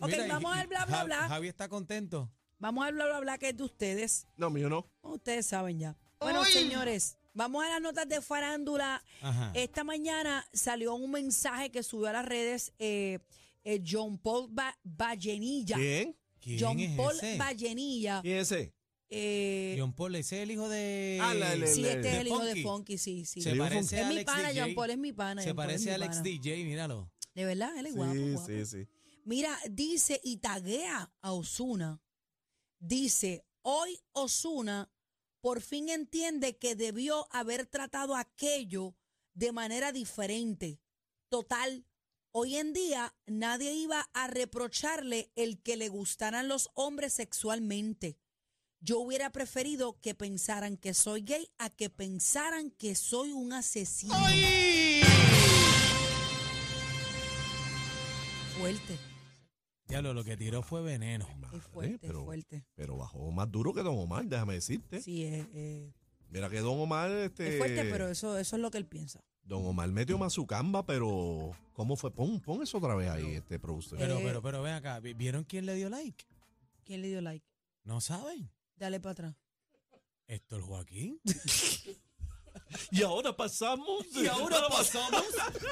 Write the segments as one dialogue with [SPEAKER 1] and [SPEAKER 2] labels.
[SPEAKER 1] Ok,
[SPEAKER 2] Mira, y-
[SPEAKER 1] vamos al bla, bla,
[SPEAKER 2] Javi-
[SPEAKER 1] bla.
[SPEAKER 2] Javi está contento.
[SPEAKER 1] Vamos al bla, bla, bla, que es de ustedes.
[SPEAKER 3] No, mío no.
[SPEAKER 1] Ustedes saben ya. Bueno, señores, vamos a las notas de farándula.
[SPEAKER 3] Ah.
[SPEAKER 2] Ajá.
[SPEAKER 1] Esta mañana salió un mensaje que subió a las redes eh, eh, John Paul Ba- Vallenilla.
[SPEAKER 3] ¿Quién?
[SPEAKER 2] ¿Quién
[SPEAKER 1] John
[SPEAKER 2] es
[SPEAKER 1] Paul
[SPEAKER 2] ese?
[SPEAKER 1] Vallenilla.
[SPEAKER 3] ¿Quién es ese?
[SPEAKER 1] eh,
[SPEAKER 2] John Paul, ese es el hijo de.
[SPEAKER 3] Ah, la- la-
[SPEAKER 1] sí,
[SPEAKER 3] le-
[SPEAKER 1] este
[SPEAKER 3] le-
[SPEAKER 1] es el hijo de
[SPEAKER 2] Funky.
[SPEAKER 1] Funky, sí, sí.
[SPEAKER 2] Se
[SPEAKER 3] Sí,
[SPEAKER 2] parece
[SPEAKER 1] es
[SPEAKER 2] a
[SPEAKER 1] mi
[SPEAKER 2] Alex
[SPEAKER 1] pana,
[SPEAKER 2] DJ.
[SPEAKER 1] John Paul es mi pana.
[SPEAKER 2] Se
[SPEAKER 1] John Paul es
[SPEAKER 2] parece
[SPEAKER 1] mi
[SPEAKER 2] a Alex
[SPEAKER 1] pana.
[SPEAKER 2] DJ, míralo.
[SPEAKER 1] De verdad, él es guapo,
[SPEAKER 3] Sí,
[SPEAKER 1] guapo.
[SPEAKER 3] sí, sí.
[SPEAKER 1] Mira, dice y taguea a Osuna. Dice, hoy Osuna por fin entiende que debió haber tratado aquello de manera diferente. Total, hoy en día nadie iba a reprocharle el que le gustaran los hombres sexualmente. Yo hubiera preferido que pensaran que soy gay a que pensaran que soy un asesino. Fuerte.
[SPEAKER 2] Ya lo, lo que tiró fue veneno.
[SPEAKER 3] Madre,
[SPEAKER 1] Es fuerte, es
[SPEAKER 3] Eh, pero,
[SPEAKER 1] fuerte.
[SPEAKER 3] pero bajó más duro que Don Omar, déjame decirte.
[SPEAKER 1] Sí, es, eh,
[SPEAKER 3] Mira que Don Omar, este.
[SPEAKER 1] Es fuerte, pero eso, eso es lo que él piensa.
[SPEAKER 3] Don Omar metió más su camba, pero. ¿Cómo fue? Pon, pon eso otra vez ahí, este productor.
[SPEAKER 2] Pero,
[SPEAKER 1] Eh.
[SPEAKER 2] pero, pero ven acá. ¿vi- ¿Vieron quién le dio like?
[SPEAKER 1] ¿Quién le dio like?
[SPEAKER 2] No saben.
[SPEAKER 1] Dale para atrás.
[SPEAKER 2] Héctor Joaquín.
[SPEAKER 3] Y ahora pasamos.
[SPEAKER 4] Y ahora pasamos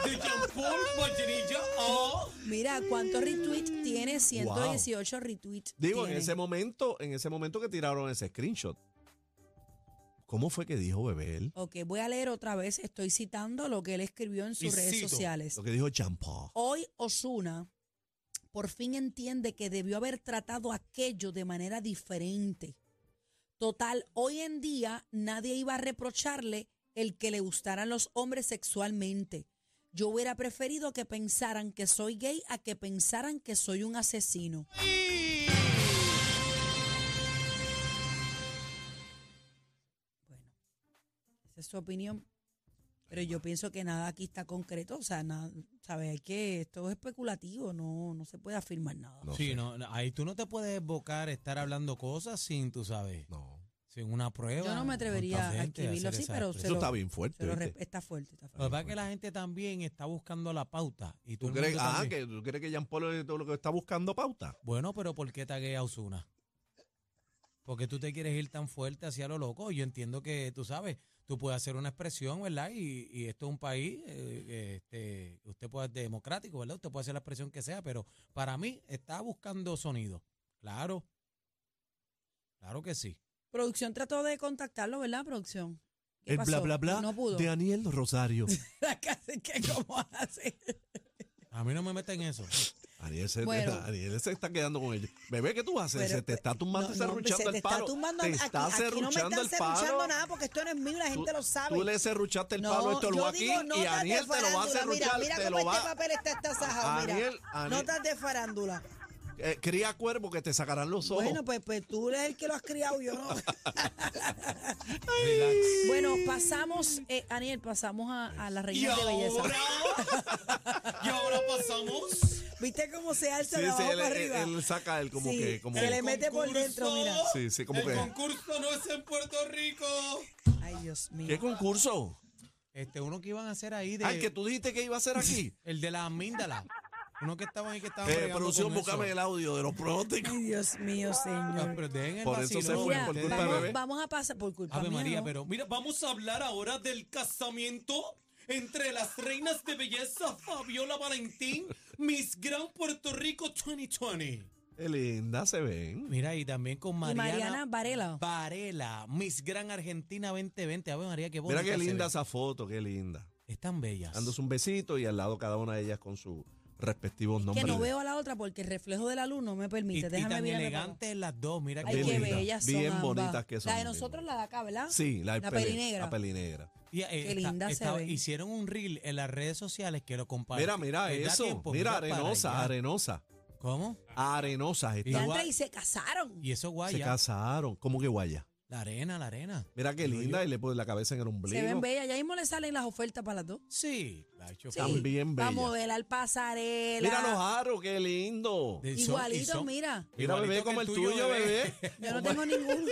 [SPEAKER 4] de Jean Paul Vallenilla a.
[SPEAKER 1] Mira, ¿cuántos retweets tiene? 118 retweets.
[SPEAKER 3] Digo, en
[SPEAKER 1] tiene.
[SPEAKER 3] ese momento, en ese momento que tiraron ese screenshot. ¿Cómo fue que dijo Bebel?
[SPEAKER 1] Ok, voy a leer otra vez. Estoy citando lo que él escribió en sus
[SPEAKER 4] Y
[SPEAKER 1] redes
[SPEAKER 4] cito.
[SPEAKER 1] sociales. Oh.
[SPEAKER 3] Lo que dijo Champón.
[SPEAKER 1] Hoy Osuna por fin entiende que debió haber tratado aquello de manera diferente. Total, hoy en día nadie iba a reprocharle el que le gustaran los hombres sexualmente. Yo hubiera preferido que pensaran que soy gay a que pensaran que soy un asesino. Bueno, esa es su opinión. Pero yo pienso que nada aquí está concreto. O sea, nada, ¿sabes? Hay que, esto es especulativo, no, no se puede afirmar nada.
[SPEAKER 3] No
[SPEAKER 2] sí,
[SPEAKER 3] sé.
[SPEAKER 2] no, no, ahí tú no te puedes evocar estar hablando cosas sin, tú sabes,
[SPEAKER 3] No.
[SPEAKER 2] sin una prueba.
[SPEAKER 1] Yo no me atrevería
[SPEAKER 2] contundente
[SPEAKER 1] a
[SPEAKER 2] de
[SPEAKER 1] escribirlo
[SPEAKER 2] hacer
[SPEAKER 1] así,
[SPEAKER 2] esa
[SPEAKER 1] pero
[SPEAKER 2] expresión.
[SPEAKER 1] se
[SPEAKER 3] Eso
[SPEAKER 1] lo-
[SPEAKER 3] está bien fuerte.
[SPEAKER 1] Se lo
[SPEAKER 3] ¿viste?
[SPEAKER 1] re- está fuerte, está fuerte.
[SPEAKER 2] Lo que pasa es que la gente también está buscando la pauta. Y todo
[SPEAKER 3] ¿Tú
[SPEAKER 2] el
[SPEAKER 3] crees,
[SPEAKER 2] mundo
[SPEAKER 3] ah,
[SPEAKER 2] también.
[SPEAKER 3] que, ¿Tú crees que Jean Paul es todo lo que está buscando pauta?
[SPEAKER 2] Bueno, pero ¿por qué tagué a Osuna? Porque tú te quieres ir tan fuerte hacia lo loco. Yo entiendo que, tú sabes, tú puedes hacer una expresión, ¿verdad? Y, y esto es un país, eh, este, usted puede ser democrático, ¿verdad? Usted puede hacer la expresión que sea, pero para mí está buscando sonido. Claro. Claro que sí.
[SPEAKER 1] Producción trató de contactarlo, ¿verdad, producción? ¿Qué
[SPEAKER 3] El bla
[SPEAKER 1] pasó?
[SPEAKER 3] bla bla
[SPEAKER 1] No pudo.
[SPEAKER 3] de Daniel Rosario.
[SPEAKER 1] Casi que como hace.
[SPEAKER 2] A mí no me meten en eso.
[SPEAKER 3] Daniel se,
[SPEAKER 1] Bueno.
[SPEAKER 3] Daniel se está quedando con ella. Bebé, ¿qué tú haces?
[SPEAKER 1] Pero, pues,
[SPEAKER 3] se te está tumbando,
[SPEAKER 1] no,
[SPEAKER 3] y serruchando
[SPEAKER 1] no, se
[SPEAKER 3] el
[SPEAKER 1] te
[SPEAKER 3] palo.
[SPEAKER 1] Está tumbando
[SPEAKER 3] te
[SPEAKER 1] aquí-
[SPEAKER 3] está
[SPEAKER 1] aquí
[SPEAKER 3] serruchando
[SPEAKER 1] no me
[SPEAKER 3] el
[SPEAKER 1] están
[SPEAKER 3] palo.
[SPEAKER 1] serruchando nada porque esto no es mío, la gente
[SPEAKER 3] tú,
[SPEAKER 1] lo sabe.
[SPEAKER 3] tú le serruchaste el
[SPEAKER 1] No,
[SPEAKER 3] palo a Héctor
[SPEAKER 1] yo
[SPEAKER 3] Joaquín
[SPEAKER 1] digo
[SPEAKER 3] y
[SPEAKER 1] notas de
[SPEAKER 3] Daniel te lo va a
[SPEAKER 1] farándula.
[SPEAKER 3] serruchar.
[SPEAKER 1] Mira,
[SPEAKER 3] te
[SPEAKER 1] mira
[SPEAKER 3] lo
[SPEAKER 1] cómo
[SPEAKER 3] va
[SPEAKER 1] este papel está estasajado, mira.
[SPEAKER 3] Aniel, Aniel.
[SPEAKER 1] Notas de farándula.
[SPEAKER 3] eh, cría cuervo que te sacarán los ojos.
[SPEAKER 1] Bueno, pues, pues tú eres el que lo has criado, yo no.
[SPEAKER 2] Relax.
[SPEAKER 1] bueno, pasamos, eh, Aniel, pasamos a, a las
[SPEAKER 4] Y
[SPEAKER 1] reinas de
[SPEAKER 4] ahora.
[SPEAKER 1] belleza.
[SPEAKER 4] Y ahora pasamos.
[SPEAKER 1] ¿Viste cómo se alza
[SPEAKER 3] sí,
[SPEAKER 1] de
[SPEAKER 3] sí,
[SPEAKER 1] abajo
[SPEAKER 3] él,
[SPEAKER 1] para
[SPEAKER 3] él-
[SPEAKER 1] arriba?
[SPEAKER 3] él saca él como
[SPEAKER 1] Sí,
[SPEAKER 3] que. Como,
[SPEAKER 1] Se
[SPEAKER 4] El
[SPEAKER 1] le mete por
[SPEAKER 4] concurso-
[SPEAKER 1] dentro, mira.
[SPEAKER 3] Sí, sí, como
[SPEAKER 4] el
[SPEAKER 3] que-
[SPEAKER 4] concurso no es en Puerto Rico.
[SPEAKER 1] Ay, Dios mío.
[SPEAKER 3] ¿Qué concurso?
[SPEAKER 2] Este, uno que iban a hacer ahí de.
[SPEAKER 3] Ay, que tú dijiste que iba a hacer aquí.
[SPEAKER 2] El de la amíndala. Uno que estaba ahí que estaba.
[SPEAKER 3] eh,
[SPEAKER 2] bregando
[SPEAKER 3] producción,
[SPEAKER 2] con eso.
[SPEAKER 3] búscame el audio de los pronósticos.
[SPEAKER 1] Ay, Dios mío,
[SPEAKER 2] Ah,
[SPEAKER 1] señor.
[SPEAKER 2] pero dejen el
[SPEAKER 3] Por eso se
[SPEAKER 2] vacilón,
[SPEAKER 3] fue,
[SPEAKER 1] Mira,
[SPEAKER 3] por
[SPEAKER 2] ustedes.
[SPEAKER 3] culpa de
[SPEAKER 1] vamos,
[SPEAKER 3] bebé.
[SPEAKER 1] vamos a pasar por culpa
[SPEAKER 2] Ave
[SPEAKER 1] mía,
[SPEAKER 2] María,
[SPEAKER 1] ¿no?
[SPEAKER 2] pero
[SPEAKER 4] Mira, vamos a hablar ahora del casamiento entre las reinas de belleza Fabiola Valentín, Miss Gran Puerto Rico 2020.
[SPEAKER 3] Qué linda se ven.
[SPEAKER 2] mira, y también con
[SPEAKER 1] Y
[SPEAKER 2] Mariana,
[SPEAKER 1] Mariana Varela.
[SPEAKER 2] Varela, Miss Gran Argentina 2020. Ave María, qué bonita.
[SPEAKER 3] Mira qué
[SPEAKER 2] se
[SPEAKER 3] linda
[SPEAKER 2] ven.
[SPEAKER 3] esa foto, qué linda.
[SPEAKER 2] Están bellas.
[SPEAKER 3] Dándose un besito y al lado cada una de ellas con sus respectivos
[SPEAKER 1] Que
[SPEAKER 3] nombres.
[SPEAKER 1] no
[SPEAKER 3] de-
[SPEAKER 1] veo a la otra porque el reflejo de la luz no me
[SPEAKER 2] y,
[SPEAKER 1] permite.
[SPEAKER 2] y
[SPEAKER 1] Déjame
[SPEAKER 2] tan
[SPEAKER 1] mirarme para acá.
[SPEAKER 2] elegantes las dos, mira qué
[SPEAKER 1] Ay, qué
[SPEAKER 3] Bien
[SPEAKER 2] bonita.
[SPEAKER 3] bella.
[SPEAKER 1] bellas son
[SPEAKER 3] bien
[SPEAKER 1] ambas.
[SPEAKER 3] bonitas que son,
[SPEAKER 1] La de
[SPEAKER 3] bien
[SPEAKER 1] nosotros,
[SPEAKER 3] bonitas.
[SPEAKER 1] la de acá, ¿verdad?
[SPEAKER 3] Sí, la,
[SPEAKER 1] La
[SPEAKER 3] peli-
[SPEAKER 1] pelinegra.
[SPEAKER 3] La pelinegra.
[SPEAKER 2] Y, eh,
[SPEAKER 1] Qué linda se ven.
[SPEAKER 2] Hicieron un reel en las redes sociales que lo
[SPEAKER 3] Mira,
[SPEAKER 2] compartieron.
[SPEAKER 3] mira eso. mira, arenosa, arenosa.
[SPEAKER 2] ¿Cómo?
[SPEAKER 3] Arenosas
[SPEAKER 2] Y
[SPEAKER 1] Ya
[SPEAKER 3] están.
[SPEAKER 2] guay-
[SPEAKER 1] entra y se casaron.
[SPEAKER 2] Y eso
[SPEAKER 3] Se
[SPEAKER 2] guaya.
[SPEAKER 3] casaron. ¿Cómo que guaya?
[SPEAKER 2] La arena, la arena.
[SPEAKER 3] Mira qué
[SPEAKER 2] Digo
[SPEAKER 3] linda
[SPEAKER 2] yo.
[SPEAKER 3] y le pone la cabeza en el ombligo.
[SPEAKER 1] Se ven bellas. Ya mismo le salen las ofertas para las dos.
[SPEAKER 2] Sí, la ha hecho
[SPEAKER 1] Sí.
[SPEAKER 3] Están bien
[SPEAKER 1] Para
[SPEAKER 3] bellas.
[SPEAKER 1] modelar pasarela.
[SPEAKER 3] Mira los aros, qué lindo.
[SPEAKER 2] De- son- y
[SPEAKER 1] Igualitos,
[SPEAKER 2] son-
[SPEAKER 1] mira.
[SPEAKER 3] Mira, bebé,
[SPEAKER 2] Igualito
[SPEAKER 3] como
[SPEAKER 2] que
[SPEAKER 3] el tuyo, bebé.
[SPEAKER 1] Yo no tengo ninguno.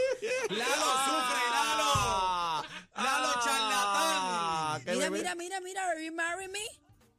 [SPEAKER 4] Lalo
[SPEAKER 3] Ah,
[SPEAKER 4] Lalo
[SPEAKER 3] ah, qué
[SPEAKER 1] Mira,
[SPEAKER 3] bebé.
[SPEAKER 1] mira, mira, mira. Are you marry me?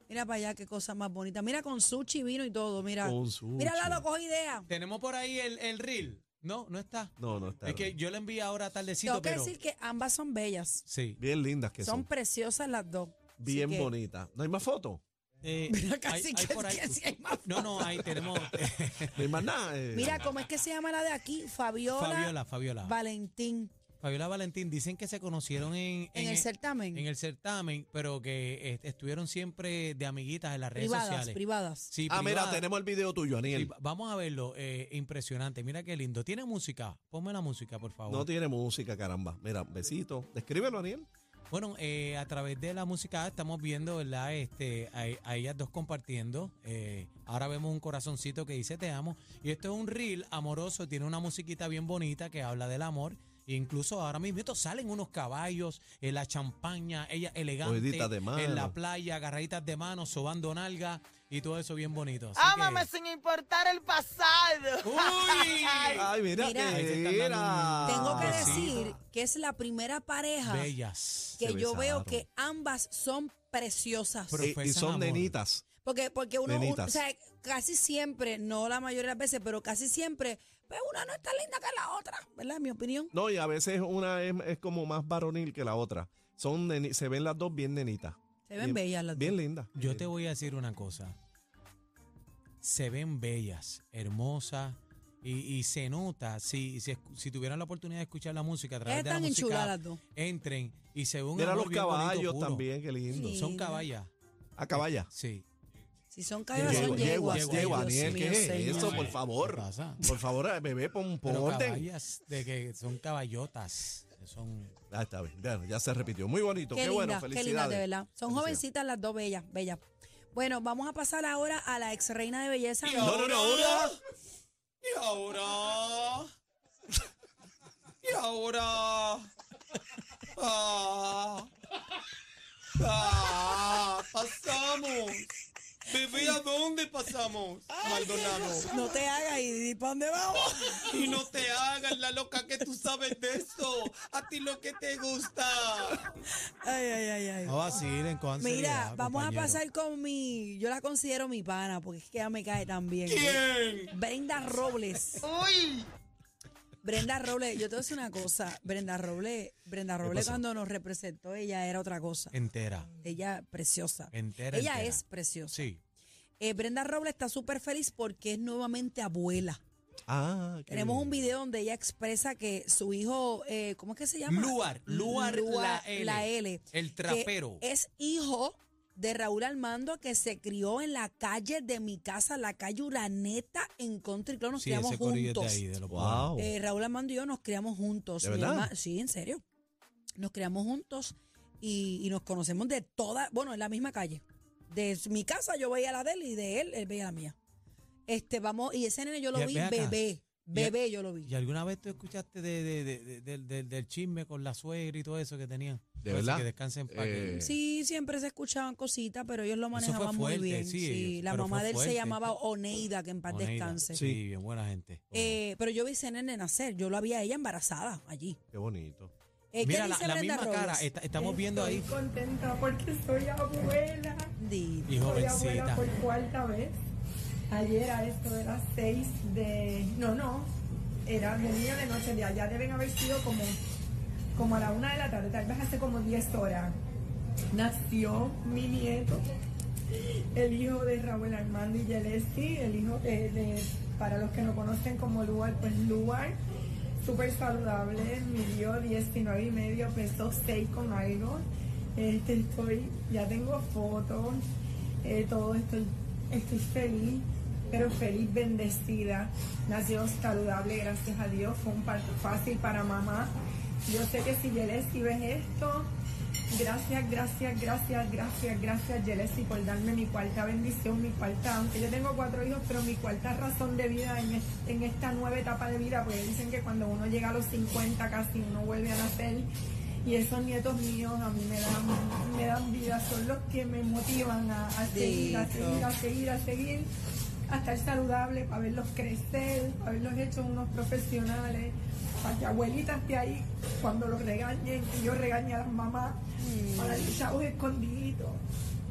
[SPEAKER 1] Mira para allá, qué cosa más bonita. Mira con sushi, vino y todo. Mira.
[SPEAKER 3] Con sushi.
[SPEAKER 1] Mira, Lalo, coge idea.
[SPEAKER 2] Tenemos por ahí el, el reel. No, no está.
[SPEAKER 3] No, no está.
[SPEAKER 2] es que
[SPEAKER 3] bien.
[SPEAKER 2] yo le envié ahora tardecito,
[SPEAKER 1] Tengo que
[SPEAKER 2] pero.
[SPEAKER 1] decir que ambas son bellas.
[SPEAKER 2] Sí.
[SPEAKER 3] Bien lindas que
[SPEAKER 1] Son
[SPEAKER 3] son.
[SPEAKER 1] preciosas las dos. Así
[SPEAKER 3] Bien
[SPEAKER 1] que-
[SPEAKER 3] bonitas. ¿No hay más fotos?
[SPEAKER 2] Eh,
[SPEAKER 1] Mira, casi que- que sí hay más
[SPEAKER 2] No, no, ahí tenemos.
[SPEAKER 3] No hay más nada. eh.
[SPEAKER 1] Mira, ¿cómo es que se llama la de aquí? Fabiola,
[SPEAKER 2] Fabiola, Fabiola.
[SPEAKER 1] Valentín.
[SPEAKER 2] Fabiola Valentín. Dicen que se conocieron en,
[SPEAKER 1] En el certamen.
[SPEAKER 2] en el certamen, pero que est- estuvieron siempre de amiguitas en las redes
[SPEAKER 1] privadas,
[SPEAKER 2] sociales.
[SPEAKER 1] privadas.
[SPEAKER 2] Sí,
[SPEAKER 3] ah, mira,
[SPEAKER 2] privadas.
[SPEAKER 3] tenemos el video tuyo,
[SPEAKER 2] Sí,
[SPEAKER 3] Aniel.
[SPEAKER 2] va- vamos a verlo. eh, impresionante. Mira qué lindo. ¿Tiene música? Ponme la música, por favor.
[SPEAKER 3] No tiene música, caramba. Mira, besito. Descríbelo, Aniel.
[SPEAKER 2] Bueno, eh, a través de la música estamos viendo, ¿verdad? Este, a, a ellas dos compartiendo. eh, ahora vemos un corazoncito que dice te amo. Y esto es un reel amoroso, tiene una musiquita bien bonita que habla del amor. E incluso ahora mismo esto salen unos caballos, eh, la champaña, ella elegante,
[SPEAKER 3] Cogiditas de mano.
[SPEAKER 2] en la playa, agarraditas de mano, sobando nalga. y todo eso bien bonito. Así
[SPEAKER 5] Ámame
[SPEAKER 2] que-
[SPEAKER 5] sin importar el pasado.
[SPEAKER 4] ¡Uy!
[SPEAKER 3] Ay, mira,
[SPEAKER 1] Mira, ahí
[SPEAKER 2] se están
[SPEAKER 3] era.
[SPEAKER 2] dando
[SPEAKER 1] Tengo que
[SPEAKER 2] Ah, sí.
[SPEAKER 1] decir que es la primera pareja
[SPEAKER 2] Bellas.
[SPEAKER 1] que
[SPEAKER 3] Se
[SPEAKER 1] yo veo
[SPEAKER 3] besaron.
[SPEAKER 1] que ambas son preciosas.
[SPEAKER 2] Pero-
[SPEAKER 3] Y- Y,
[SPEAKER 2] profesan
[SPEAKER 3] son
[SPEAKER 2] amor.
[SPEAKER 3] nenitas.
[SPEAKER 1] Porque, porque uno, un-
[SPEAKER 3] Nenitas.
[SPEAKER 1] o sea, casi siempre, no la mayoría de las veces, pero casi siempre, pues una no es tan linda que la otra, ¿verdad? En mi opinión.
[SPEAKER 3] No, y a veces una es, es como más varonil que la otra. Son neni- se ven las dos bien nenitas.
[SPEAKER 1] Se ven
[SPEAKER 3] Bien-
[SPEAKER 1] bellas las
[SPEAKER 3] Bien
[SPEAKER 1] dos.
[SPEAKER 3] lindas.
[SPEAKER 2] Yo te voy a decir una cosa. Se ven bellas, hermosas y, y se nota. Si, si, escu- si tuvieran la oportunidad de escuchar la música a través de la
[SPEAKER 1] Están enchuladas
[SPEAKER 2] música,
[SPEAKER 1] las dos.
[SPEAKER 2] entren y se ven un
[SPEAKER 3] Mira
[SPEAKER 2] amor
[SPEAKER 3] los
[SPEAKER 2] bien bonito,
[SPEAKER 3] caballos
[SPEAKER 2] puro.
[SPEAKER 3] también, qué lindo.
[SPEAKER 1] Sí.
[SPEAKER 2] Son
[SPEAKER 1] Mira.
[SPEAKER 2] caballas,
[SPEAKER 3] A caballa.
[SPEAKER 2] sí.
[SPEAKER 1] Si son caballos,
[SPEAKER 2] Yegua-
[SPEAKER 1] son
[SPEAKER 2] yeguas,
[SPEAKER 1] yeguas. Ay,
[SPEAKER 2] yegua,
[SPEAKER 1] Dios
[SPEAKER 3] Daniel,
[SPEAKER 1] mío,
[SPEAKER 3] ¿qué es
[SPEAKER 1] señor.
[SPEAKER 3] eso? Por
[SPEAKER 2] ¿Qué
[SPEAKER 3] favor.
[SPEAKER 2] pasa?
[SPEAKER 3] Por favor, eh, bebé, pon, pon
[SPEAKER 2] Pero
[SPEAKER 3] orden.
[SPEAKER 2] caballas de que son caballotas. Son
[SPEAKER 3] Ah, está bien. Ya, ya se repitió. Muy bonito.
[SPEAKER 1] Qué,
[SPEAKER 3] Qué,
[SPEAKER 1] linda,
[SPEAKER 3] bueno.
[SPEAKER 1] qué
[SPEAKER 3] Felicidades.
[SPEAKER 1] linda de verdad. Son
[SPEAKER 3] Felicidades.
[SPEAKER 1] jovencitas las dos, bellas, bellas. Bueno, vamos a pasar ahora a la ex reina de belleza.
[SPEAKER 4] Y
[SPEAKER 3] No, no, no, ahora.
[SPEAKER 4] Y ahora. Y ahora. Ah. Ah, pasamos. Bebé, ¿a dónde pasamos? Maldonado.
[SPEAKER 1] No te hagas y di para dónde vamos.
[SPEAKER 4] Y no te hagas la loca que tú sabes de eso. A ti lo que te gusta.
[SPEAKER 1] Ay, ay, ay, ay.
[SPEAKER 2] no vacilen con
[SPEAKER 1] Mira,
[SPEAKER 2] seriedad,
[SPEAKER 1] vamos a
[SPEAKER 2] compañero.
[SPEAKER 1] pasar con mi. Yo la considero mi pana porque es que ella me cae tan bien.
[SPEAKER 4] ¿Quién?
[SPEAKER 1] Brenda Robles.
[SPEAKER 5] Uy.
[SPEAKER 1] Brenda Robles, yo te voy a decir una cosa. Brenda Robles, Brenda Robles
[SPEAKER 3] pasó?
[SPEAKER 1] cuando nos representó, ella era otra cosa.
[SPEAKER 2] Entera,
[SPEAKER 1] Ella preciosa.
[SPEAKER 2] entera.
[SPEAKER 1] Ella
[SPEAKER 2] entera.
[SPEAKER 1] es preciosa.
[SPEAKER 2] Sí.
[SPEAKER 1] Eh, Brenda Robles está súper feliz porque es nuevamente abuela.
[SPEAKER 3] Ah, qué
[SPEAKER 2] Mm.
[SPEAKER 1] Tenemos
[SPEAKER 3] bien.
[SPEAKER 1] un video donde ella expresa que su hijo, eh, ¿cómo es que se llama?
[SPEAKER 2] Luar, Luar, la L.
[SPEAKER 1] L,
[SPEAKER 2] El
[SPEAKER 1] que
[SPEAKER 2] trapero.
[SPEAKER 1] Es hijo de Raúl Armando que se crió en la calle de mi casa, la calle Uraneta en Country Club. Nos
[SPEAKER 2] Sí,
[SPEAKER 1] criamos
[SPEAKER 2] ese corillo es de
[SPEAKER 1] juntos.
[SPEAKER 2] ahí, de los
[SPEAKER 3] Wow.
[SPEAKER 1] Eh, Raúl Armando y yo nos criamos juntos.
[SPEAKER 3] ¿De
[SPEAKER 1] Mi
[SPEAKER 3] verdad?
[SPEAKER 1] herma- sí, en serio. Nos criamos juntos y, y nos conocemos de toda, bueno, en la misma calle. De s- mi casa yo veía la de él y de él, él veía la mía. Este, vamos, y ese nene yo lo
[SPEAKER 2] Ve-
[SPEAKER 1] vi
[SPEAKER 2] ve acá.
[SPEAKER 1] bebé, bebé yo lo vi.
[SPEAKER 2] ¿Y alguna vez tú escuchaste de, de- de- de- de- del- del chisme con la suegra y todo eso que tenían?
[SPEAKER 3] ¿De
[SPEAKER 2] Todo eso
[SPEAKER 3] verdad?
[SPEAKER 2] Que descansen para
[SPEAKER 3] Eh,
[SPEAKER 1] Sí, siempre se escuchaban cositas, pero ellos lo
[SPEAKER 2] fue
[SPEAKER 1] manejaban
[SPEAKER 2] fuerte,
[SPEAKER 1] muy bien.
[SPEAKER 2] sí,
[SPEAKER 1] Sí,
[SPEAKER 2] ellos-
[SPEAKER 1] la
[SPEAKER 2] pero
[SPEAKER 1] mamá
[SPEAKER 2] fue
[SPEAKER 1] de él se
[SPEAKER 2] fuerte.
[SPEAKER 1] llamaba Oneida, que en paz descanse.
[SPEAKER 2] Sí,
[SPEAKER 3] Sí.
[SPEAKER 2] bien buena gente.
[SPEAKER 1] Eh, pero yo vi ese nene nacer, yo lo había ella embarazada allí.
[SPEAKER 3] Qué bonito.
[SPEAKER 1] Eh, ¿qué
[SPEAKER 2] Mira, la,
[SPEAKER 1] dice
[SPEAKER 2] la
[SPEAKER 1] Brenda
[SPEAKER 2] misma cara,
[SPEAKER 1] Robles? Eh,
[SPEAKER 2] está- estamos viendo ahí.
[SPEAKER 6] contenta porque soy abuela.
[SPEAKER 1] Di-
[SPEAKER 2] Y
[SPEAKER 6] Soy
[SPEAKER 2] jovencita.
[SPEAKER 6] abuela por cuarta vez. Ayer a esto de las seis de... No, no. Era de día de noche. De allá deben haber sido como, como a la una de la tarde. Tal vez hace como 10 horas. Nació mi nieto. El hijo de Raúl Armando y Yelesti, el hijo de, de- para los que no conocen como Luar, pues Luar, súper saludable, midió 19 y medio, pesó 6 con algo. Este, estoy, ya tengo fotos, eh, todo estoy, estoy feliz, pero feliz, bendecida. Nació saludable, gracias a Dios, fue un parto fácil para mamá. Yo sé que si Yelesti ves esto, Gracias, gracias, gracias, gracias, gracias, Yelesi, por darme mi cuarta bendición, mi cuarta, aunque yo tengo cuatro hijos, pero mi cuarta razón de vida en, es- en esta nueva etapa de vida, porque dicen que cuando uno llega a los 50 casi uno vuelve a nacer y esos nietos míos a mí me dan, me dan vida, son los que me motivan a, a seguir, a seguir, a seguir, a seguir, a estar saludable, para verlos crecer, para verlos hechos unos profesionales, para que abuelitas de ahí, cuando los regañen, que yo regañe a las mamás, para los chavos escondiditos,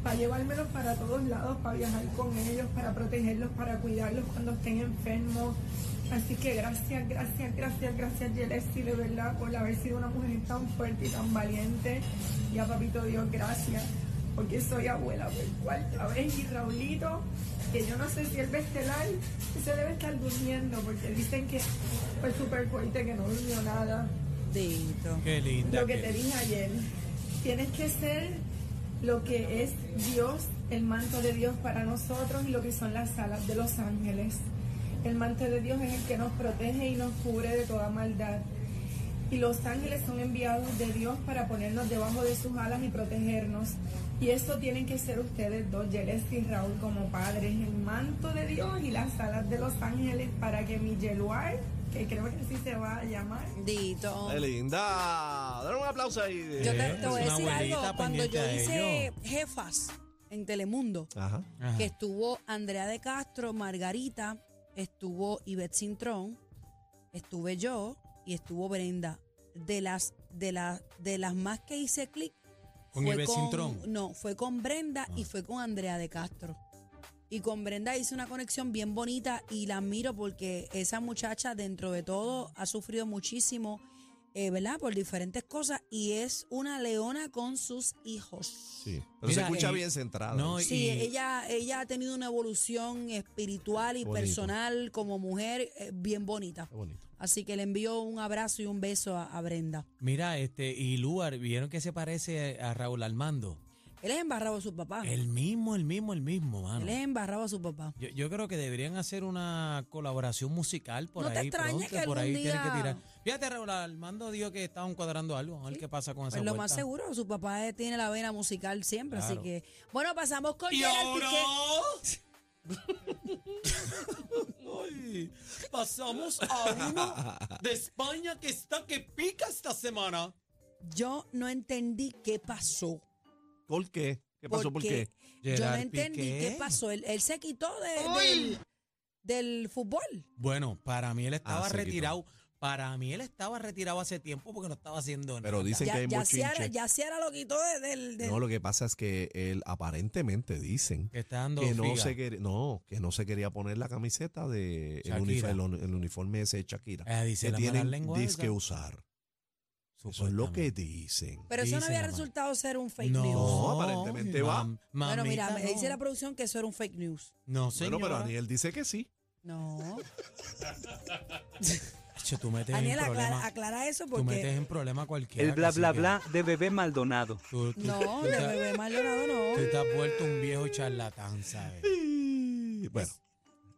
[SPEAKER 6] para llevármelos para todos lados, para viajar con ellos, para protegerlos, para cuidarlos cuando estén enfermos. Así que gracias, gracias, gracias, gracias, Yelesi, de verdad, por haber sido una mujer tan fuerte y tan valiente. Y a Papito Dios, gracias, porque soy abuela por cuarta vez. Y Raulito, que yo no sé si él va a estelar, se debe estar durmiendo, porque dicen que fue súper fuerte, que no durmió nada
[SPEAKER 1] Dito.
[SPEAKER 2] Qué linda.
[SPEAKER 6] lo que
[SPEAKER 2] que
[SPEAKER 6] te
[SPEAKER 2] es.
[SPEAKER 6] dije ayer. Tienes que ser lo que es Dios, el manto de Dios para nosotros y lo que son las alas de los ángeles. El manto de Dios es el que nos protege y nos cubre de toda maldad. Y los ángeles son enviados de Dios para ponernos debajo de sus alas y protegernos. Y eso tienen que ser ustedes dos, Yelesi y Raúl, como padres. El manto de Dios y las alas de los ángeles para que mi Yeluar, que creo que así se va a llamar,
[SPEAKER 1] Dito.
[SPEAKER 3] Qué linda. Dale un aplauso ahí.
[SPEAKER 1] Yo
[SPEAKER 2] Eh,
[SPEAKER 1] te, te voy a
[SPEAKER 2] es una
[SPEAKER 1] decir
[SPEAKER 2] abuelita
[SPEAKER 1] algo. Cuando
[SPEAKER 2] pendiente
[SPEAKER 1] yo
[SPEAKER 2] a
[SPEAKER 1] hice
[SPEAKER 2] ello.
[SPEAKER 1] jefas en Telemundo,
[SPEAKER 3] Ajá.
[SPEAKER 2] Ajá.
[SPEAKER 1] que estuvo Andrea de Castro, Margarita, estuvo Ivette Cintrón, estuve yo y estuvo Brenda. De las, de las, de las más que hice clic.
[SPEAKER 2] Con
[SPEAKER 1] fue
[SPEAKER 2] Ivette Cintrón. Ah.
[SPEAKER 1] No, fue con Brenda y fue con Andrea de Castro. Y con Brenda hice una conexión bien bonita y la admiro porque esa muchacha, dentro de todo, ha sufrido muchísimo, eh, ¿verdad? Por diferentes cosas y es una leona con sus hijos.
[SPEAKER 3] Sí. Pero se
[SPEAKER 2] Mira,
[SPEAKER 3] escucha
[SPEAKER 2] eh,
[SPEAKER 3] bien centrada.
[SPEAKER 2] no,
[SPEAKER 3] ¿eh?
[SPEAKER 1] Sí,
[SPEAKER 2] Y-
[SPEAKER 1] ella, ella ha tenido una evolución espiritual y
[SPEAKER 3] Bonito.
[SPEAKER 1] personal como mujer eh, bien bonita.
[SPEAKER 3] Qué bonito.
[SPEAKER 1] Así que le envío un abrazo y un beso a, a Brenda.
[SPEAKER 2] Mira, este, y Luar, ¿vieron que se parece a Raúl Armando?
[SPEAKER 1] Él es embarrado a su papá.
[SPEAKER 2] El mismo, el mismo, el mismo,
[SPEAKER 1] Él es
[SPEAKER 2] mano.
[SPEAKER 1] embarrado a su papá.
[SPEAKER 2] Yo, yo creo que deberían hacer una colaboración musical por
[SPEAKER 1] No te
[SPEAKER 2] ahí
[SPEAKER 1] extrañe
[SPEAKER 2] pronto,
[SPEAKER 1] que
[SPEAKER 2] por ahí
[SPEAKER 1] algún
[SPEAKER 2] tienen que
[SPEAKER 1] día-
[SPEAKER 2] tirar. Fíjate, Raúl Armando dijo que estaban cuadrando algo, a ver qué pasa con esa
[SPEAKER 1] Pues lo
[SPEAKER 2] vuelta.
[SPEAKER 1] más seguro, su papá eh, tiene la vena musical siempre, así
[SPEAKER 2] Claro.
[SPEAKER 1] que... Bueno, pasamos con
[SPEAKER 4] Y
[SPEAKER 1] Gerard
[SPEAKER 4] ahora
[SPEAKER 1] Piqué.
[SPEAKER 4] Ay, pasamos a uno de España que está que pica esta semana.
[SPEAKER 1] Yo no entendí qué pasó.
[SPEAKER 3] ¿Por qué? ¿Qué pasó? ¿Por qué?
[SPEAKER 1] Yo no
[SPEAKER 2] Gerard
[SPEAKER 1] entendí
[SPEAKER 2] Piqué.
[SPEAKER 1] qué pasó. Él, él se quitó de- del, del fútbol.
[SPEAKER 2] Bueno, para mí él estaba
[SPEAKER 3] Ah, se quitó.
[SPEAKER 2] retirado. Para mí él estaba retirado hace tiempo porque no estaba haciendo nada.
[SPEAKER 3] Pero dicen que
[SPEAKER 1] Ya,
[SPEAKER 3] hay
[SPEAKER 1] ya,
[SPEAKER 3] mucho
[SPEAKER 1] Ciara,
[SPEAKER 3] hinche.
[SPEAKER 1] ya Ciara lo quitó de- del... del-
[SPEAKER 3] No, lo que pasa es que él aparentemente dicen
[SPEAKER 2] que está dando
[SPEAKER 3] que no
[SPEAKER 2] figa.
[SPEAKER 3] se quería, no, que no se quería poner la camiseta de el,
[SPEAKER 2] Shakira.
[SPEAKER 3] uniforme, el, uni- el uniforme ese de Shakira.
[SPEAKER 2] Eh, dice
[SPEAKER 3] que
[SPEAKER 2] la mala
[SPEAKER 3] tienen
[SPEAKER 2] lengua esa.
[SPEAKER 3] disque usar. Eso es lo que dicen.
[SPEAKER 1] Pero eso no
[SPEAKER 2] Dicen,
[SPEAKER 1] había
[SPEAKER 2] mamá.
[SPEAKER 1] resultado ser un fake
[SPEAKER 2] no,
[SPEAKER 1] news.
[SPEAKER 3] aparentemente va.
[SPEAKER 2] mam-
[SPEAKER 1] Bueno, mira,
[SPEAKER 2] mamita,
[SPEAKER 1] me
[SPEAKER 2] no.
[SPEAKER 1] dice la producción que eso era un fake news.
[SPEAKER 2] No,
[SPEAKER 3] Bueno,
[SPEAKER 2] señora.
[SPEAKER 3] pero Daniel dice que sí.
[SPEAKER 1] No.
[SPEAKER 2] Acho, tú metes
[SPEAKER 1] Daniel,
[SPEAKER 2] en
[SPEAKER 1] aclara,
[SPEAKER 2] problema.
[SPEAKER 1] aclara eso
[SPEAKER 2] Tú metes
[SPEAKER 1] porque...
[SPEAKER 2] en problema a cualquiera.
[SPEAKER 7] El bla
[SPEAKER 2] cacique.
[SPEAKER 7] bla bla de bebé Maldonado.
[SPEAKER 2] Tú- tú-
[SPEAKER 1] No,
[SPEAKER 2] tú
[SPEAKER 1] de
[SPEAKER 2] te-
[SPEAKER 1] bebé Maldonado no.
[SPEAKER 2] Tú te has vuelto un viejo charlatán, ¿sabes?
[SPEAKER 3] Y, Bueno.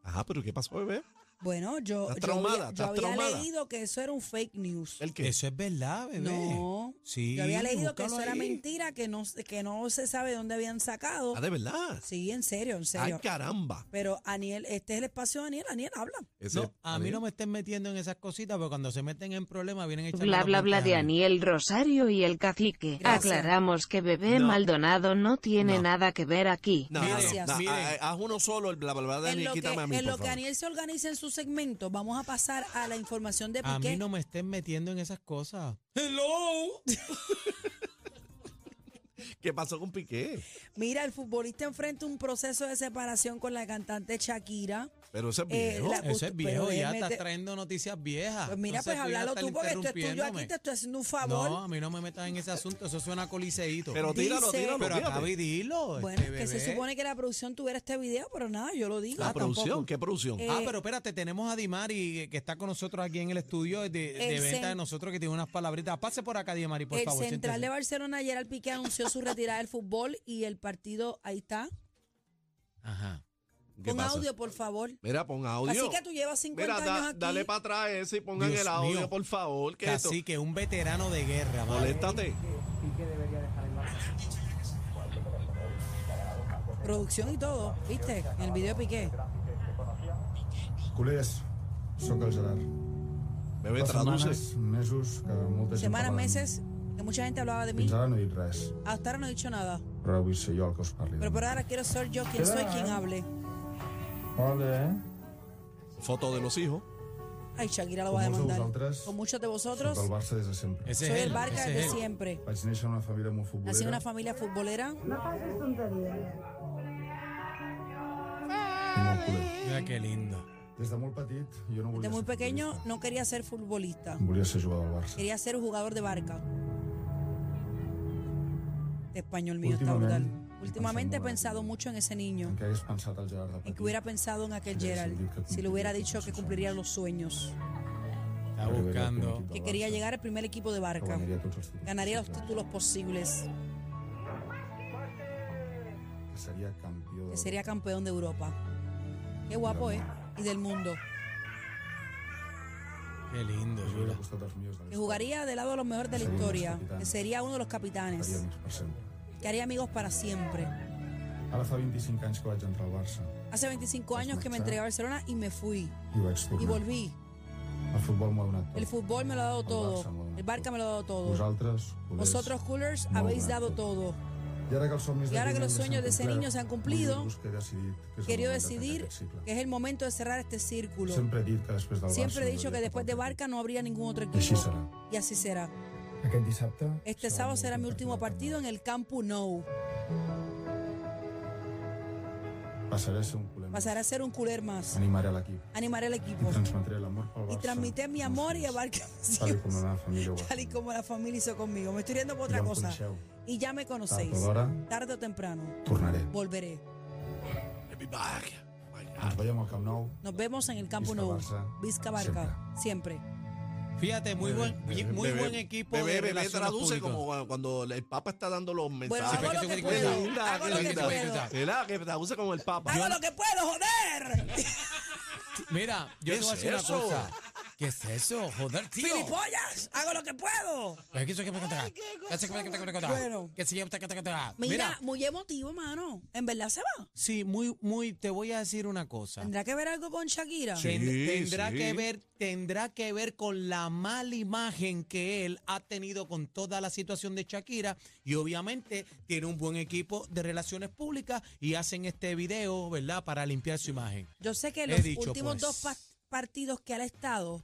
[SPEAKER 3] Ajá, pero ¿qué pasó, bebé?
[SPEAKER 1] Bueno, yo,
[SPEAKER 3] Estás
[SPEAKER 1] yo había-
[SPEAKER 3] traumada,
[SPEAKER 1] yo
[SPEAKER 3] estás
[SPEAKER 1] había,
[SPEAKER 3] traumada.
[SPEAKER 1] leído que eso era un fake news.
[SPEAKER 3] ¿El qué?
[SPEAKER 2] Eso es verdad, bebé.
[SPEAKER 1] No.
[SPEAKER 2] Sí,
[SPEAKER 1] yo había leído que
[SPEAKER 2] búscalo
[SPEAKER 1] eso era
[SPEAKER 2] ahí.
[SPEAKER 1] mentira, que no, que no se sabe dónde habían sacado.
[SPEAKER 3] Ah, de verdad.
[SPEAKER 1] Sí, en serio, en
[SPEAKER 3] Ay,
[SPEAKER 1] serio.
[SPEAKER 3] caramba.
[SPEAKER 1] Pero Aniel, este es el espacio de Aniel. Aniel, habla.
[SPEAKER 3] Ese-
[SPEAKER 2] No, a mí
[SPEAKER 3] Daniel.
[SPEAKER 2] no me estén metiendo en esas cositas, porque cuando se meten en problemas vienen echando
[SPEAKER 8] Bla
[SPEAKER 2] la
[SPEAKER 8] bla bla
[SPEAKER 2] culpa
[SPEAKER 8] de
[SPEAKER 2] a mí.
[SPEAKER 8] Aniel Rosario y el cacique.
[SPEAKER 1] Gracias.
[SPEAKER 8] Aclaramos que bebé
[SPEAKER 3] No.
[SPEAKER 8] Maldonado no tiene
[SPEAKER 3] No.
[SPEAKER 8] nada que ver aquí.
[SPEAKER 3] No, no, no.
[SPEAKER 1] Gracias.
[SPEAKER 3] No,
[SPEAKER 2] Miren.
[SPEAKER 3] ah, Haz uno solo, el bla, bla, bla, de
[SPEAKER 1] en
[SPEAKER 3] Daniel,
[SPEAKER 1] lo, que,
[SPEAKER 3] quítame a mí,
[SPEAKER 1] en
[SPEAKER 3] por
[SPEAKER 1] lo que
[SPEAKER 3] favor.
[SPEAKER 1] Aniel se organiza en su segmento, vamos a pasar a la información de
[SPEAKER 2] A mí
[SPEAKER 1] Piqué.
[SPEAKER 2] no me estén metiendo en esas cosas.
[SPEAKER 4] Hello.
[SPEAKER 3] ¿Qué pasó con Piqué?
[SPEAKER 1] Mira, el futbolista enfrenta un proceso de separación con la cantante Shakira.
[SPEAKER 3] Pero ese es
[SPEAKER 1] Eh,
[SPEAKER 3] viejo.
[SPEAKER 1] la-
[SPEAKER 2] Eso
[SPEAKER 1] Justo,
[SPEAKER 2] es viejo,
[SPEAKER 1] pero
[SPEAKER 2] ya
[SPEAKER 1] déjeme
[SPEAKER 2] estás
[SPEAKER 1] te-
[SPEAKER 2] trayendo noticias viejas.
[SPEAKER 1] Pues mira,
[SPEAKER 2] Ah, Entonces
[SPEAKER 1] pues
[SPEAKER 2] tú ya
[SPEAKER 1] háblalo
[SPEAKER 2] estás
[SPEAKER 1] tú porque esto es tuyo aquí,
[SPEAKER 2] interrumpiéndome.
[SPEAKER 1] te estoy haciendo un favor.
[SPEAKER 2] No, a mí no me metas en ese asunto, eso suena a coliseíto.
[SPEAKER 3] Pero tíralo,
[SPEAKER 1] dice-
[SPEAKER 3] tíralo.
[SPEAKER 2] Pero
[SPEAKER 3] fíjate.
[SPEAKER 2] acaba y dilo.
[SPEAKER 1] Bueno,
[SPEAKER 2] este
[SPEAKER 1] que se
[SPEAKER 2] bebé.
[SPEAKER 1] supone que la producción tuviera este video, pero nada, yo lo digo.
[SPEAKER 3] La
[SPEAKER 1] Ah,
[SPEAKER 3] producción,
[SPEAKER 1] tampoco.
[SPEAKER 3] ¿qué producción?
[SPEAKER 1] Eh,
[SPEAKER 2] Ah, pero espérate, tenemos a Dimari eh, que está con nosotros aquí en el estudio de, de
[SPEAKER 1] el
[SPEAKER 2] venta de
[SPEAKER 1] cen-
[SPEAKER 2] nosotros que tiene unas palabritas. Pase por acá, Dimari, por
[SPEAKER 1] el
[SPEAKER 2] favor.
[SPEAKER 1] central de
[SPEAKER 2] siéntese.
[SPEAKER 1] Barcelona, Gerard Piqué, anunció su retirada del fútbol y el partido, ahí está.
[SPEAKER 2] Ajá.
[SPEAKER 3] ¿Qué
[SPEAKER 1] Con
[SPEAKER 3] pasa?
[SPEAKER 1] audio, por favor.
[SPEAKER 3] Mira, pon audio.
[SPEAKER 1] Así que tú llevas 50
[SPEAKER 3] Mira, da-
[SPEAKER 1] años aquí.
[SPEAKER 3] dale para atrás ese y pongan
[SPEAKER 2] Dios
[SPEAKER 3] el audio,
[SPEAKER 2] mío.
[SPEAKER 3] por favor. Que esto,
[SPEAKER 2] Así que un veterano de guerra, vale.
[SPEAKER 3] moléstate.
[SPEAKER 1] Producción y todo, ¿viste? En el video de Piqué.
[SPEAKER 9] Culers, sóc el Gerard.
[SPEAKER 3] Bebé,
[SPEAKER 9] Fa
[SPEAKER 3] traduce.
[SPEAKER 9] setmanes, mesos, que molta gent
[SPEAKER 1] Semanas,
[SPEAKER 9] parla de mi.
[SPEAKER 1] meses, que mucha gente hablaba de mí.
[SPEAKER 9] Fins ara no he dit res,
[SPEAKER 1] Hasta ahora no he dicho nada.
[SPEAKER 9] però avui ser jo el que us parli.
[SPEAKER 1] Pero
[SPEAKER 9] de mi.
[SPEAKER 1] por ahora quiero ser yo quien soy quien hable.
[SPEAKER 9] Hola, eh?
[SPEAKER 3] Foto de los hijos.
[SPEAKER 1] Ay, Shakira lo
[SPEAKER 9] Com
[SPEAKER 1] va a
[SPEAKER 9] molts de
[SPEAKER 1] demandar.
[SPEAKER 9] vosaltres,
[SPEAKER 1] Con muchos de
[SPEAKER 9] sóc
[SPEAKER 1] vosotros,
[SPEAKER 9] del Barça des de sempre.
[SPEAKER 2] Ese
[SPEAKER 1] soy
[SPEAKER 2] es
[SPEAKER 1] el
[SPEAKER 2] él,
[SPEAKER 1] Barca
[SPEAKER 2] ese es
[SPEAKER 1] de
[SPEAKER 2] él.
[SPEAKER 1] siempre.
[SPEAKER 9] Vaig néixer en una família molt
[SPEAKER 1] Nací en
[SPEAKER 9] futbolera
[SPEAKER 1] una familia futbolera.
[SPEAKER 9] i molt culer.
[SPEAKER 2] Mira qué lindo.
[SPEAKER 9] Des de molt petit jo no
[SPEAKER 1] De
[SPEAKER 9] volia
[SPEAKER 1] muy
[SPEAKER 9] ser
[SPEAKER 1] pequeño
[SPEAKER 9] futbolista.
[SPEAKER 1] no quería ser futbolista.
[SPEAKER 9] Volia ser jugador del Barça.
[SPEAKER 1] Quería ser un jugador de barca. Este español mío está
[SPEAKER 9] Últimament,
[SPEAKER 1] brutal.
[SPEAKER 9] he
[SPEAKER 1] Últimamente he
[SPEAKER 9] pensat
[SPEAKER 1] pensado
[SPEAKER 9] molt
[SPEAKER 1] mucho en ese niño,
[SPEAKER 9] en què hagués pensat el Gerard de
[SPEAKER 1] en
[SPEAKER 9] petit.
[SPEAKER 1] que hubiera pensado en aquel
[SPEAKER 9] Sí,
[SPEAKER 1] Gerald,
[SPEAKER 9] sí, que
[SPEAKER 1] si le hubiera
[SPEAKER 9] cumpliría
[SPEAKER 1] dicho
[SPEAKER 9] con
[SPEAKER 1] que
[SPEAKER 9] sus
[SPEAKER 1] cumpliría los sueños,
[SPEAKER 2] Está
[SPEAKER 9] Arribaria al
[SPEAKER 2] buscando.
[SPEAKER 9] primer equip del
[SPEAKER 1] que quería
[SPEAKER 9] Barça,
[SPEAKER 1] llegar al primer equipo de
[SPEAKER 9] que
[SPEAKER 1] barca,
[SPEAKER 9] guanyaria tots els títols
[SPEAKER 1] ganaría los
[SPEAKER 9] possibles,
[SPEAKER 1] títulos posibles,
[SPEAKER 9] que seria campió
[SPEAKER 1] que
[SPEAKER 9] del-
[SPEAKER 1] sería campeón de Europa. Qué guapo, ¿eh? Y del mundo.
[SPEAKER 2] Qué lindo,
[SPEAKER 9] que jugaria
[SPEAKER 2] Yula.
[SPEAKER 9] al costat dels millors de la
[SPEAKER 1] Que
[SPEAKER 9] història.
[SPEAKER 1] jugaría del lado de los mejores de la
[SPEAKER 9] Sería un
[SPEAKER 1] historia,
[SPEAKER 9] capitán.
[SPEAKER 1] que sería uno de los capitanes,
[SPEAKER 9] Faria amics per sempre.
[SPEAKER 1] que haría amigos para siempre.
[SPEAKER 9] Ara fa 25 anys que vaig entrar al Barça
[SPEAKER 1] Hace 25 años que me entregué a Barcelona y me fui.
[SPEAKER 9] i vaig
[SPEAKER 1] Y
[SPEAKER 9] tornar.
[SPEAKER 1] volví.
[SPEAKER 9] El futbol m'ho ha donat tot.
[SPEAKER 1] El fútbol me lo ha dado
[SPEAKER 9] El Barça me lo
[SPEAKER 1] todo.
[SPEAKER 9] ha dado
[SPEAKER 1] El Barca
[SPEAKER 9] todo.
[SPEAKER 1] me lo ha dado todo.
[SPEAKER 9] Vosaltres, culers,
[SPEAKER 1] Vosotros, coolers,
[SPEAKER 9] m'ho
[SPEAKER 1] habéis
[SPEAKER 9] donat
[SPEAKER 1] dado
[SPEAKER 9] tot.
[SPEAKER 1] todo.
[SPEAKER 9] I ara que els somnis
[SPEAKER 1] Y ahora
[SPEAKER 9] d'aquell
[SPEAKER 1] que los
[SPEAKER 9] nen s'han
[SPEAKER 1] sueños de ese
[SPEAKER 9] complert,
[SPEAKER 1] niño se han cumplido,
[SPEAKER 9] vull dir-vos que he decidit que és el
[SPEAKER 1] quería
[SPEAKER 9] moment de tancar
[SPEAKER 1] decidir
[SPEAKER 9] aquest cicle.
[SPEAKER 1] que es el momento de cerrar este círculo.
[SPEAKER 9] Sempre he dit que després del
[SPEAKER 1] Siempre he
[SPEAKER 9] Barça no
[SPEAKER 1] dicho que
[SPEAKER 9] hauria
[SPEAKER 1] después de Barca no habría ningún otro
[SPEAKER 9] I així
[SPEAKER 1] equipo.
[SPEAKER 9] serà.
[SPEAKER 1] Y así será.
[SPEAKER 9] Aquest dissabte
[SPEAKER 1] Este sábado será mi último partido en el Campo Nou.
[SPEAKER 9] passaré a ser un culer.
[SPEAKER 1] Pasará a ser un culer más.
[SPEAKER 9] Animaré l'equip.
[SPEAKER 1] Animaré al
[SPEAKER 9] I
[SPEAKER 1] equipo.
[SPEAKER 9] transmetré l'amor pel
[SPEAKER 1] Pues Y
[SPEAKER 9] Barça.
[SPEAKER 1] transmitir mi amor y a pues Barca
[SPEAKER 9] Tal com la meva família ho va
[SPEAKER 1] tal y como la familia hizo conmigo. Me estoy riendo por otra
[SPEAKER 9] Ya me
[SPEAKER 1] cosa.
[SPEAKER 9] conoceu.
[SPEAKER 1] Y ya me conocéis.
[SPEAKER 9] Tarde o d'hora.
[SPEAKER 1] Tarde o temprano.
[SPEAKER 9] Tornaré.
[SPEAKER 1] Volveré.
[SPEAKER 9] Ens veiem al Camp Nou.
[SPEAKER 1] Nos vemos en el Campo
[SPEAKER 9] Vizca
[SPEAKER 1] Nou.
[SPEAKER 9] Barça,
[SPEAKER 1] Vizca Barca. Siempre.
[SPEAKER 2] Fíjate, muy buen, muy
[SPEAKER 3] Bebé-
[SPEAKER 2] buen equipo
[SPEAKER 3] Bebé,
[SPEAKER 2] de
[SPEAKER 3] bebé
[SPEAKER 2] relaciones
[SPEAKER 3] traduce
[SPEAKER 2] públicas.
[SPEAKER 3] como cuando el Papa está dando los mensajes.
[SPEAKER 1] hago lo que puedo, hago lo que puedo.
[SPEAKER 3] Será que traduce como el Papa.
[SPEAKER 1] ¡Hago lo que puedo, joder!
[SPEAKER 2] Mira, yo
[SPEAKER 3] ¿Qué
[SPEAKER 2] te voy a
[SPEAKER 3] es
[SPEAKER 2] decir una
[SPEAKER 3] eso?
[SPEAKER 2] cosa. ¿Qué es eso? Joder, tío.
[SPEAKER 1] ¡Filipollas! ¡Hago lo que puedo!
[SPEAKER 2] Pues, ¿qué es eso que me contaste? ¿Qué es eso que me contaste?
[SPEAKER 1] Bueno.
[SPEAKER 2] ¿Qué es eso que me contaste?
[SPEAKER 1] Mira,
[SPEAKER 2] Mira,
[SPEAKER 1] muy emotivo, mano. En verdad se va.
[SPEAKER 2] sí, muy, muy, te voy a decir una cosa.
[SPEAKER 1] ¿Tendrá que ver algo con Shakira?
[SPEAKER 2] Ten-
[SPEAKER 3] Sí,
[SPEAKER 2] tendrá
[SPEAKER 3] sí.
[SPEAKER 2] que ver tendrá que ver con la mala imagen que él ha tenido con toda la situación de Shakira y obviamente tiene un buen equipo de relaciones públicas y hacen este video verdad para limpiar su imagen
[SPEAKER 1] Yo sé que
[SPEAKER 2] He
[SPEAKER 1] los
[SPEAKER 2] dicho,
[SPEAKER 1] últimos
[SPEAKER 2] pues.
[SPEAKER 1] dos pa- partidos que él ha estado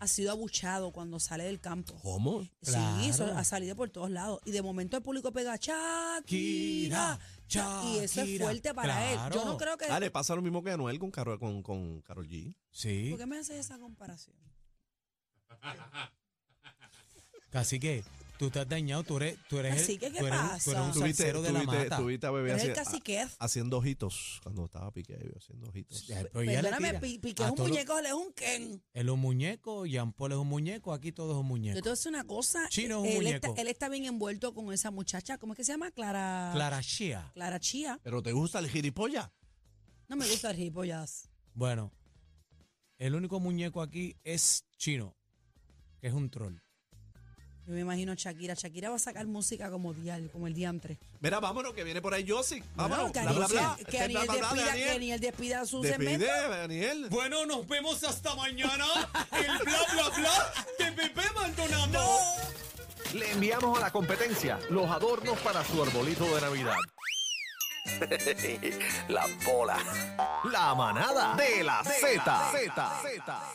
[SPEAKER 1] ha sido abuchado cuando sale del campo.
[SPEAKER 3] ¿Cómo?
[SPEAKER 2] Claro.
[SPEAKER 1] Sí, eso ha salido por todos lados. Y de momento el público pega Shakira.
[SPEAKER 2] Shakira,
[SPEAKER 1] Sha-". Y eso es
[SPEAKER 2] Shakira.
[SPEAKER 1] fuerte para él. Yo
[SPEAKER 2] Claro.
[SPEAKER 1] no creo que.
[SPEAKER 3] Dale, pasa lo mismo que Anuel con Carol, con, con Karol G.
[SPEAKER 2] sí
[SPEAKER 1] ¿Por qué me haces esa comparación?
[SPEAKER 2] así que tú estás dañado tú eres tú eres el,
[SPEAKER 1] Cacique, ¿qué
[SPEAKER 2] tú eres, un- tú eres un
[SPEAKER 1] pasa?
[SPEAKER 2] Ah, salsero de la
[SPEAKER 3] tuviste-
[SPEAKER 2] mata
[SPEAKER 3] tuviste a Bebé
[SPEAKER 1] Eres el
[SPEAKER 3] haci-
[SPEAKER 1] caciquez.
[SPEAKER 3] a- haciendo ojitos cuando estaba Piqué, ahí, haciendo ojitos.
[SPEAKER 2] Ya, pero ya le
[SPEAKER 1] Perdóname,
[SPEAKER 2] tira.
[SPEAKER 1] Pi- Piqué
[SPEAKER 2] A
[SPEAKER 1] es un
[SPEAKER 2] todo-
[SPEAKER 1] muñeco, él es un Ken.
[SPEAKER 2] él es un muñeco Jean Paul es un muñeco aquí todo es un
[SPEAKER 1] Yo te
[SPEAKER 2] muñeco
[SPEAKER 1] voy a decir una cosa.
[SPEAKER 2] Chino es un
[SPEAKER 1] él, está,
[SPEAKER 2] muñeco.
[SPEAKER 1] él está bien envuelto con esa muchacha. ¿Cómo es que se llama? Clara.
[SPEAKER 2] Clara Shea
[SPEAKER 1] Clara Chía.
[SPEAKER 3] Pero te gusta el gilipollas.
[SPEAKER 1] No me gusta el gilipollas.
[SPEAKER 2] Bueno, el único muñeco aquí es Chino, que es un troll.
[SPEAKER 1] Yo me imagino Shakira. Shakira va a sacar música como dial, como el diantre.
[SPEAKER 3] Mira, vámonos, que viene por ahí Yossi. Vámonos,
[SPEAKER 1] Bueno, que
[SPEAKER 3] bla, bla,
[SPEAKER 1] Aniel
[SPEAKER 3] bla.
[SPEAKER 1] se- que
[SPEAKER 3] Este,
[SPEAKER 1] Aniel
[SPEAKER 3] bla, bla, bla,
[SPEAKER 1] despida,
[SPEAKER 3] de
[SPEAKER 1] que Aniel despida su
[SPEAKER 3] Despide,
[SPEAKER 1] segmento.
[SPEAKER 3] Daniel.
[SPEAKER 4] Bueno, nos vemos hasta mañana. El bla bla bla de Bebé Maldonado.
[SPEAKER 10] Le enviamos a la competencia los adornos para su arbolito de Navidad. la bola. La manada de la Z. Z. Z.